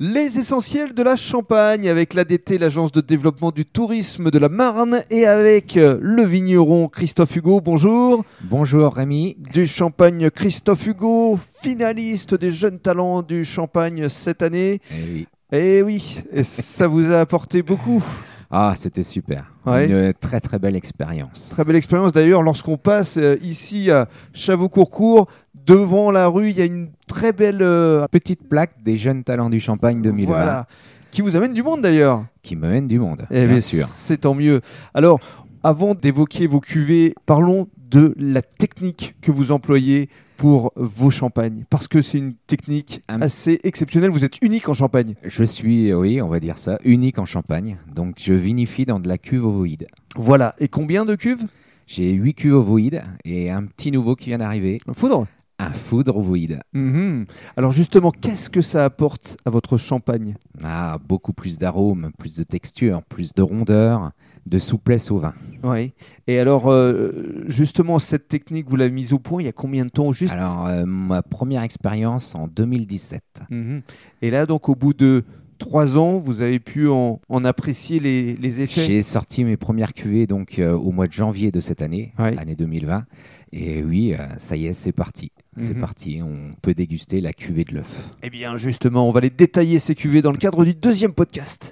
Les essentiels de la Champagne avec l'ADT, l'agence de développement du tourisme de la Marne, et avec euh, le vigneron Christophe Hugo, bonjour. Bonjour Rémi. Du Champagne Christophe Hugo, finaliste des jeunes talents du Champagne cette année. Et Eh oui, et ça vous a apporté beaucoup. Ah, c'était super. Ouais. Une très très belle expérience. Très belle expérience d'ailleurs lorsqu'on passe euh, ici à Chavaux-Courcourt. Devant la rue, il y a une très belle euh, Petite plaque des jeunes talents du Champagne 2020 voilà, qui vous amène du monde d'ailleurs. qui me mène du monde, Eh bien ben, sûr. C'est tant mieux. Alors, avant d'évoquer vos cuvées, parlons de la technique que vous employez pour vos champagnes. Parce que c'est une technique Un- assez exceptionnelle. Vous êtes unique en champagne. Je suis, euh, oui, on va dire ça, unique en Champagne. Donc je vinifie dans de la cuve ovoïde. Voilà. Et combien de cuves J'ai 8 cuves ovoïdes et un petit nouveau qui vient d'arriver, Foudre. un foudre ovoïde. Mhm. Alors justement, qu'est-ce que ça apporte à votre champagne Ah, beaucoup plus d'arômes, plus de texture, plus de rondeur, de souplesse au vin. Oui. Et alors, euh, justement, cette technique, vous l'avez mise au point il y a combien de temps juste Alors, euh, ma première expérience en 2017. Mhm. Et là, donc, au bout de trois ans, vous avez pu en, en apprécier les, les effets J'ai sorti mes premières cuvées donc euh, au mois de janvier de cette année, Ouais. année 2020. Et oui, euh, ça y est, c'est parti. C'est Mhm. parti, on peut déguster la cuvée de l'œuf. Eh bien, justement, on va les détailler ces cuvées dans le cadre du deuxième podcast.